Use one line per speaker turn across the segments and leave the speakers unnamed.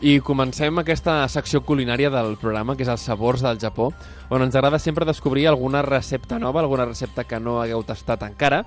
I comencem aquesta secció culinària del programa, que és els sabors del Japó, on ens agrada sempre descobrir alguna recepta nova, alguna recepta que no hagueu tastat encara,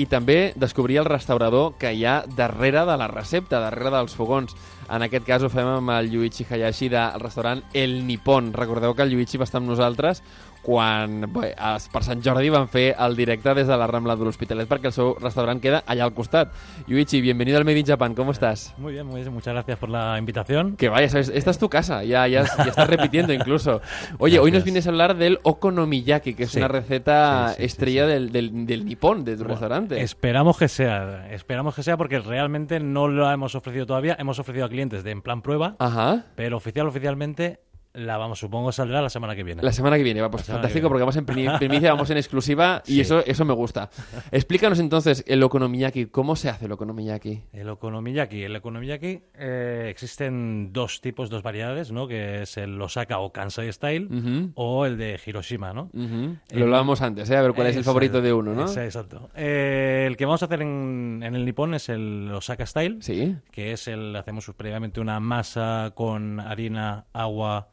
i també descobrir el restaurador que hi ha darrere de la recepta, darrere dels fogons. En aquest cas ho fem amb el Yuichi Hayashi del restaurant El Nippon. Recordeu que el Yuichi va estar amb nosaltres quan bé, es- per Sant Jordi van fer el directe des de la Rambla de l'Hospitalet perquè el seu restaurant queda allà al costat. Yuichi, bienvenido al Made in Japan, ¿cómo estás?
Muy bien, muy bien. Muchas gracias por la invitación.
Que vaya, ¿sabes? esta es tu casa, ya, ya, ya estás repitiendo incluso. Oye, hoy nos
Gracias.
vienes a hablar del okonomiyaki, que es
Sí.
una receta
Sí, sí, sí,
estrella Del, del, del nipón, de tu
Bueno,
restaurante.
Esperamos que sea, esperamos que sea porque realmente no lo hemos ofrecido todavía. Hemos ofrecido a clientes de en plan prueba,
Ajá.
pero oficial oficialmente la vamos, supongo saldrá la semana que viene.
La semana que viene, va, pues
semana
fantástico,
que
porque vamos en primi- primicia, vamos en exclusiva y
Sí.
eso, eso me gusta. Explícanos entonces el okonomiyaki, ¿cómo se hace el okonomiyaki?
El okonomiyaki, el okonomiyaki eh, existen dos tipos, dos variedades, ¿no? Que es el Osaka o Kansai Style
Ujú.
o el de Hiroshima, ¿no?
Ujú.
Eh,
Lo hablábamos antes, ¿eh? A ver cuál es el
Exacto,
favorito de uno, ¿no?
exa- Exacto. Eh, el que vamos a hacer en, en el Nippon es el Osaka Style,
Sí.
que es el hacemos previamente una masa con harina, agua,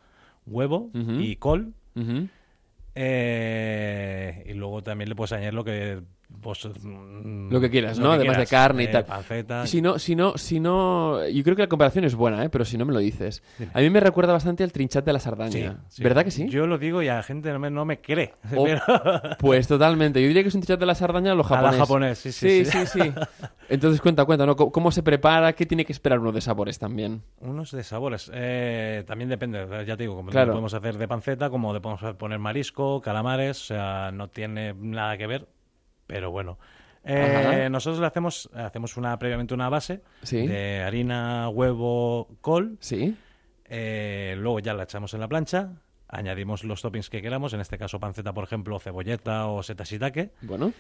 huevo
Ujú.
y col.
Ujú.
Eh, y luego también le puedes añadir lo que vos, mm,
Lo que quieras,
lo
¿no?
que
Además
quieras.
de carne y
Eh,
tal.
panceta.
Si no, si no, si no... Yo creo que la comparación es buena, ¿eh? Pero si no me lo dices. A mí me recuerda bastante al trinchat de la Sardaña.
Sí, sí.
¿Verdad que sí?
Yo lo digo y a la gente no me, no me cree.
O-
Pero-
Pues totalmente. Yo diría que es un trinchat de la Sardaña a lo
A la
japonés.
japonés, sí, sí,
Sí, sí, sí. Entonces cuenta, cuenta, ¿no? ¿Cómo- ¿Cómo se prepara? ¿Qué tiene que esperar uno de sabores también?
Unos de sabores. Eh, también depende, o sea, ya te digo, como
Claro.
lo podemos hacer de panceta, como le podemos poner marisco, calamares, o sea, no tiene nada que ver, pero bueno. Eh,
Ajá.
nosotros le hacemos, hacemos una previamente una base
Sí.
de harina, huevo, col,
Sí.
eh, luego ya la echamos en la plancha, añadimos los toppings que queramos, en este caso panceta, por ejemplo, cebolleta o seta shiitake.
Bueno.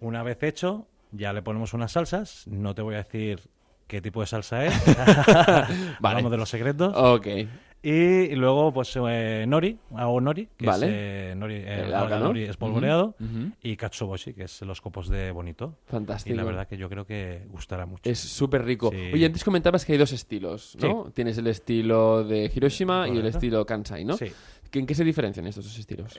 Una vez hecho, ya le ponemos unas salsas. No te voy a decir qué tipo de salsa es. Hablamos de los secretos.
Ok.
Y luego, pues, eh, nori, hago nori, que
Vale.
es eh, nori, eh,
El
alga
alga, ¿no?
nori espolvoreado,
Ujú, ujú.
y katsuobushi, que es los copos de bonito.
Fantástico.
Y la verdad que yo creo que gustará mucho.
Es súper rico.
Sí.
Oye, antes comentabas que hay dos estilos, ¿no? Tienes el estilo de Hiroshima y el
Correcto.
estilo Kansai, ¿no?
Sí. Eh,
¿Que- ¿En qué se diferencian estos dos estilos?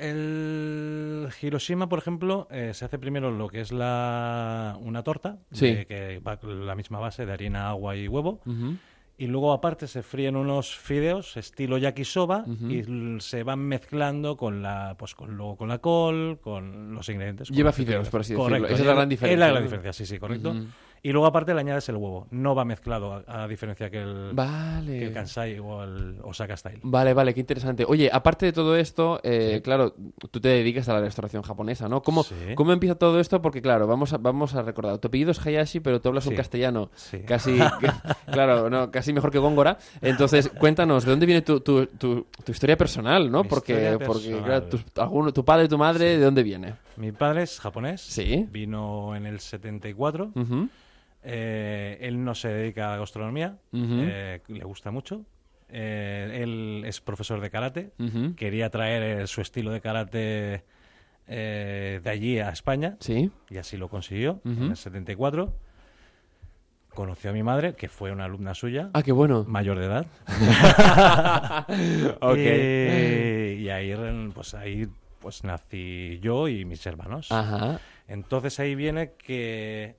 El Hiroshima, por ejemplo, eh, se hace primero lo que es la una torta,
Sí.
de- que va con la misma base de harina, agua y huevo.
Ujú.
Y luego aparte se fríen unos fideos estilo yakisoba y l- se van mezclando con la pues con luego con la col, con los ingredientes. con
Lleva
los
fideos,
utensilios.
por así
Correcto,
decirlo. Esa es
lleva-
la gran diferencia,
Es la gran
¿no?
diferencia, sí, sí, correcto.
Ujú.
Y luego aparte le añades el huevo, no va mezclado a, a diferencia que el, que el
Vale.
Kansai o el Osaka Style.
Vale, vale, qué interesante. Oye, aparte de todo esto, eh, claro, tú te dedicas a la restauración japonesa, ¿no? ¿Cómo,
Sí.
cómo empieza todo esto? Porque, claro, vamos a, vamos a recordar. Tu apellido es Hayashi, pero tú hablas un
Sí.
castellano
Sí.
casi, que- claro, no, casi mejor que Góngora. Entonces, cuéntanos, ¿de dónde viene tu, tu, tu, tu historia personal, no?
Mi
Porque,
historia
porque
personal.
claro, tus- alguno- tu padre y tu madre, ¿de dónde viene?
Mi padre es japonés,
Sí. Mm.
vino en el 74.
Ujú.
Eh, él no se dedica a la gastronomía,
Ujú.
eh, le gusta mucho. Eh, él es profesor de karate,
Ujú.
quería traer eh, su estilo de karate eh, de allí a España
Sí.
y así lo consiguió en
Ujú.
el 74. Conoció a mi madre, que fue una alumna suya,
Ah, qué bueno.
mayor de edad. Y, y ahí, eh, pues ahí pues nací yo y mis hermanos.
Ajá.
Entonces ahí viene que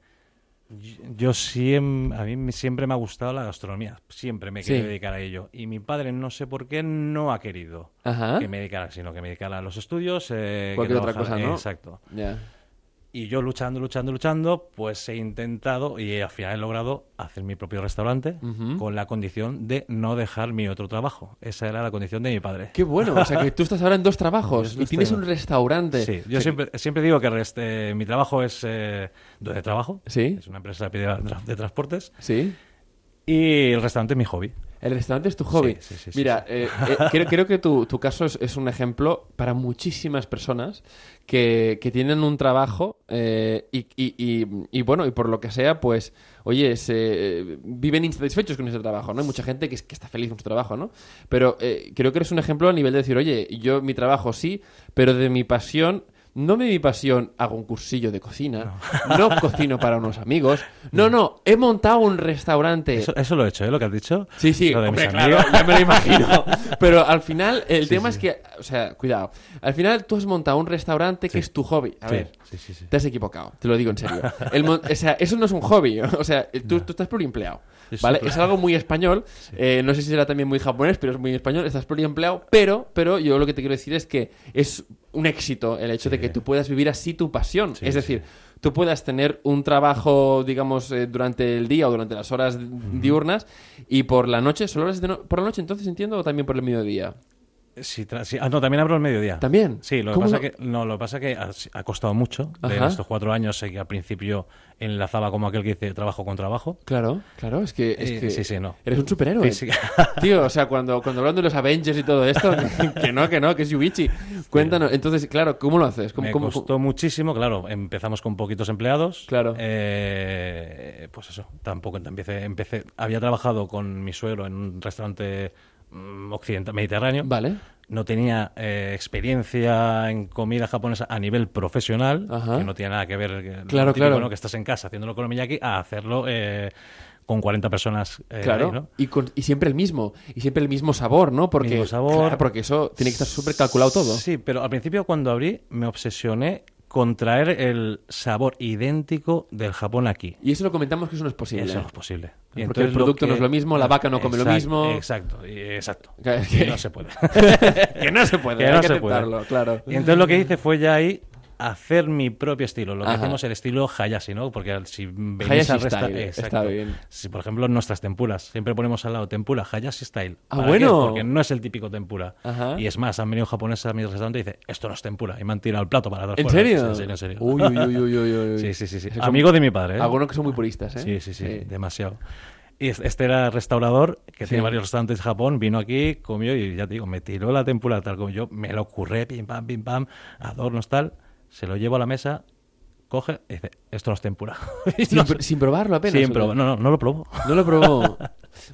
yo, siempre, a mí me- siempre me ha gustado la gastronomía, siempre me he
Sí.
querido dedicar a ello. Y mi padre, no sé por qué, no ha querido
Ajá.
que me dedicara, sino que me dedicara a los estudios. eh, que
¿Ah? Cualquier otra
trabajara-
cosa, ¿no?
Exacto.
Ya.
Y yo luchando, luchando, luchando, pues he intentado y al final he logrado hacer mi propio restaurante
Ujú.
con la condición de no dejar mi otro trabajo. Esa era la condición de mi padre.
Qué bueno, o sea que tú estás ahora en dos trabajos
Yo
y tienes
estoy-
un restaurante.
Sí, yo siempre, siempre digo que este, mi trabajo es eh, donde trabajo.
Sí.
Es una empresa de, tra- de transportes.
Sí.
Y el restaurante es mi hobby.
El restaurante es tu hobby.
Sí, sí, sí, sí,
Mira,
sí.
eh, eh, creo, creo que tu, tu caso es, es un ejemplo para muchísimas personas que, que tienen un trabajo eh, y, y- y- y, bueno, y por lo que sea, pues, oye, se, viven insatisfechos con ese trabajo, ¿no? Hay mucha gente que, es- que está feliz con su trabajo, ¿no? Pero eh, creo que eres un ejemplo a nivel de decir, oye, yo mi trabajo sí, pero de mi pasión No de mi pasión hago un cursillo de cocina, no, cocino para unos amigos. No, no, he montado un restaurante.
Eso, eso lo he hecho, ¿eh? Lo que has dicho.
Sí, sí,
Lo de mis
hombre, claro,
amigos.
ya me lo imagino. Pero al final, el tema
sí.
es que, o sea, cuidado. Al final tú has montado un restaurante que
Sí.
es tu hobby. A
Sí,
ver,
sí, sí, sí.
te has equivocado, te lo digo en serio. El mon- o sea, eso no es un hobby, o sea, tú, tú estás pluriempleado.
Es
¿Vale?
súper-
Es algo muy español. eh, no sé si será también muy japonés, pero es muy español. Estás pluriempleado, pero, pero yo lo que te quiero decir es que es un éxito el hecho de que tú puedas vivir así tu pasión.
Sí,
es decir, tú puedas tener un trabajo, digamos, eh, durante el día o durante las horas diurnas y por la noche, solo horas de no- por la noche, entonces entiendo, o también por el mediodía.
Sí, tra- sí. Ah, no, también abro el mediodía.
¿También?
Sí, lo que
¿Cómo
pasa
no?
que, no, lo que pasa que ha, ha costado mucho. De
Ajá.
estos cuatro años sé que al principio enlazaba como aquel que dice trabajo con trabajo.
Claro, claro, es que, es
Eh,
que eh,
sí, sí, no.
eres un superhéroe.
Sí, sí.
Tío, o sea, cuando, cuando hablando de los Avengers y todo esto, que no, que no, que es Yubichi. Cuéntanos, entonces, claro, ¿cómo lo haces? ¿Cómo,
Me
cómo-
costó muchísimo, claro. Empezamos con poquitos empleados.
Claro.
Eh, pues eso, tampoco empecé, empecé. Había trabajado con mi suegro en un restaurante mm, occidental, mediterráneo.
Vale.
No tenía eh, experiencia en comida japonesa a nivel profesional,
Ajá.
que no tiene nada que ver que- lo
Claro,
típico,
claro.
¿no? que estás en casa haciéndolo con aquí a hacerlo eh, con 40 personas. eh,
Claro,
ahí, ¿no?
y, con- y siempre el mismo, y siempre el mismo sabor, ¿no? Porque,
Mismo sabor.
claro, porque eso tiene que estar súper calculado todo.
Sí, pero al principio cuando abrí me obsesioné con traer el sabor idéntico del Japón aquí.
Y eso lo comentamos que eso no es posible.
Eso no es posible.
Porque el producto no es lo mismo, la vaca no come lo
Ah, Exacto,
mismo.
Exacto, y- exacto.
Claro, es
Y
que-
no se puede.
que no se puede,
Que
hay
no
que
se puede.
aceptarlo, claro.
Y entonces lo que hice fue ya ahí hacer mi propio estilo, lo que
Ajá.
hacemos el estilo Hayashi, ¿no? Porque al- si venís
Hayashi
al resta-
style, está
exacto.
bien.
Si, por ejemplo, nuestras tempuras, siempre ponemos al lado tempura, Hayashi style.
Ah,
¿Para qué?
bueno.
Porque no es el típico tempura.
Ajá.
Y es más, han venido japoneses a mi restaurante y dicen, esto no es tempura, y me han tirado el plato para dar
¿En
fuera.
serio?
Sí, en serio, en serio.
Uy, uy, uy, uy, uy, uy.
Sí, sí, sí, sí.
Es que son-
Amigo de mi padre, ¿eh?
Algunos que son muy puristas, ¿eh?
Sí, sí, sí, demasiado. Y es- este era restaurador que
Sí.
tiene varios restaurantes en Japón, vino aquí, comió y ya te digo, me tiró la tempura tal como yo, me lo curré, pim pam, pim pam, adornos tal, se lo llevo a la mesa, coge y dice, esto no es tempura. Y
Sin,
no
pr-
sé-
sin probarlo apenas.
sin
¿o qué?
probar, no, no, no lo probó.
No lo probó.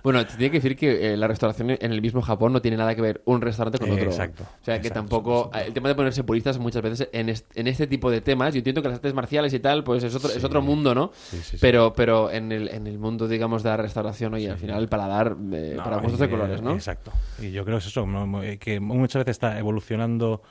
Bueno, te tiene que decir que eh, la restauración en el mismo Japón no tiene nada que ver un restaurante con
Eh,
otro.
exacto.
O sea, que
Exacto,
tampoco... eh, El tema de ponerse puristas muchas veces en, est- en este tipo de temas, yo entiendo que las artes marciales y tal, pues es otro, es otro mundo, ¿no?
Sí, sí, sí.
Pero, pero en, el, en el mundo, digamos, de la restauración, oye, al final el paladar eh,
No,
para gustos
y,
de colores, ¿no?
Exacto. Y yo creo que es eso, mo- mo- que muchas veces está evolucionando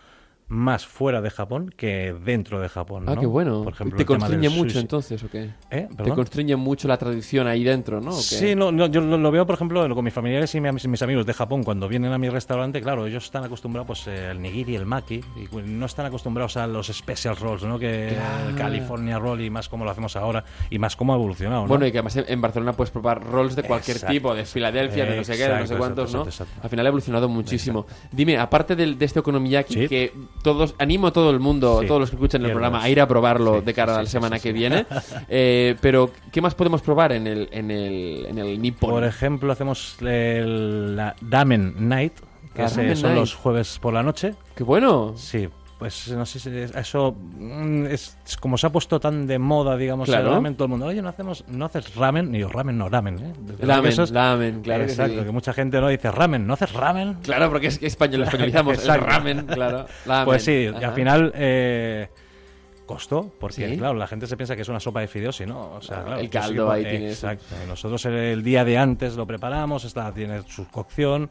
más fuera de Japón que dentro de Japón.
Ah,
¿no?
qué bueno.
Por ejemplo,
¿Te
el tema del
constriñe mucho
sushi.
entonces o qué?
¿Eh?
¿Te
¿Perdón?
constriñe mucho la tradición ahí dentro, no? ¿O qué?
Sí, no, no, yo lo, lo veo, por ejemplo, con mis familiares y mi- mis, amigos de Japón. Cuando vienen a mi restaurante, claro, ellos están acostumbrados pues, eh, al nigiri, el maki, y cu- no están acostumbrados a los special rolls, ¿no? Que el California roll y más como lo hacemos ahora y más cómo ha evolucionado, ¿no?
Bueno, y que además en Barcelona puedes probar rolls de cualquier
Exacto.
tipo, de Filadelfia, de no sé qué, de no sé
Exacto,
cuántos, ¿no?
exacto, exacto.
Al final ha evolucionado muchísimo. Dime, aparte del- de, este Okonomiyaki,
Sí.
que todos, animo a todo el mundo,
Sí.
todos los que escuchan el
Viernes.
programa, a ir a probarlo
Sí,
de cara
sí,
a la
sí,
semana
sí,
que
sí.
viene, Eh, pero ¿qué más podemos probar en el, en el, en el Nippon?
Por ejemplo, hacemos el- la Damen Night, que
La
es, eh,
Ramen
son
Night.
los jueves por la noche.
¡Qué bueno!
Sí, pues no sé si es- eso mm, es, es como se ha puesto tan de moda, digamos,
Claro.
el ramen, todo el mundo, oye, no hacemos, no haces ramen, ni yo, ramen no, ramen, ¿eh? Desde
Ramen,
luego que eso es-
ramen, claro que
Exacto,
sí.
que mucha gente no dice ramen, no haces ramen. Pues
Claro, porque es que español, lo españolizamos, el
Exacto.
ramen, claro. ramen.
Pues sí, y
Ajá.
al final eh, costó, porque
Sí.
claro, la gente se piensa que es una sopa de fideos y no, o sea,
Claro,
claro,
el
yo sí que
caldo
po-
ahí tiene eso.
Exacto, y nosotros el, el día de antes lo preparamos, está, tiene su cocción,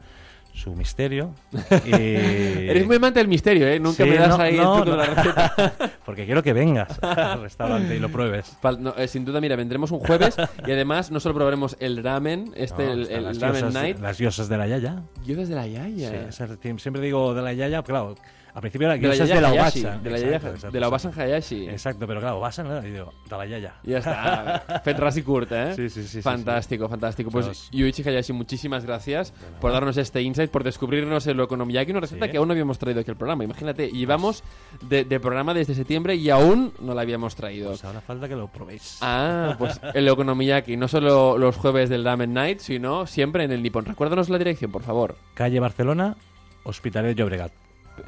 su misterio. y-
Eres muy amante del misterio, ¿eh? Nunca
Sí,
me das
no,
ahí el
no,
truco de
no.
la receta.
Porque quiero que vengas al restaurante y lo pruebes.
Fal- no, eh, sin duda, mira, vendremos un jueves y además no solo probaremos el ramen, este,
No,
el,
están
el
las
ramen
diosas de-
night.
las diosas de la Yaya.
Diosas de la Yaya.
Sí, esas- sie- siempre digo de la Yaya, claro. Al principio era
de la
diosas
Yaya
de la
Hayashi.
Obasa.
De la,
Exacto,
Yaya,
exacto,
de la
exacto.
Obasa Hayashi.
Exacto, pero claro, Obasa no, y digo, de la Yaya.
Ya está. Fet ras y curt, ¿eh?
Sí, sí, sí, sí,
Fantástico, fantástico. Pues
Chavos.
Yuichi Hayashi, muchísimas gracias por darnos este insight, por descubrirnos el Okonomiyaki, una receta
Sí. Pues
que aún no habíamos traído aquí al programa. Imagínate, llevamos de, de programa desde septiembre y aún no la habíamos traído.
Pues ahora falta que lo probéis.
Ah, pues el Okonomiyaki, no solo los jueves del Ramen Night, sino siempre en el Nippon. Recuérdanos la dirección, por favor.
Calle Barcelona, Hospitalet Llobregat.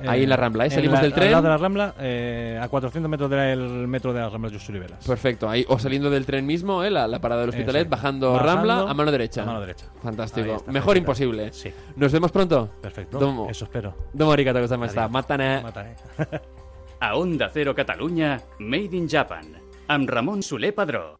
Ahí en la Rambla, ¿eh?
en
Salimos
la-
del tren.
Al lado de la Rambla, eh, a 400 metros del metro de las Ramblas de Velas.
Perfecto, ahí o saliendo del tren mismo, ¿eh? la, la parada del Hospitalet,
Exacto.
bajando,
Bajando
Rambla a mano derecha.
a mano derecha. Ahí
Fantástico.
está,
Mejor
perfecto.
imposible.
Sí.
Nos vemos pronto.
Perfecto.
Domo. Ah.
Eso espero.
Domo arigato gozaimashita.
Adiós.
Mata ne.
Mata, eh.
A Onda Cero Catalunya, Made in Japan, amb Ramon Soler Padró.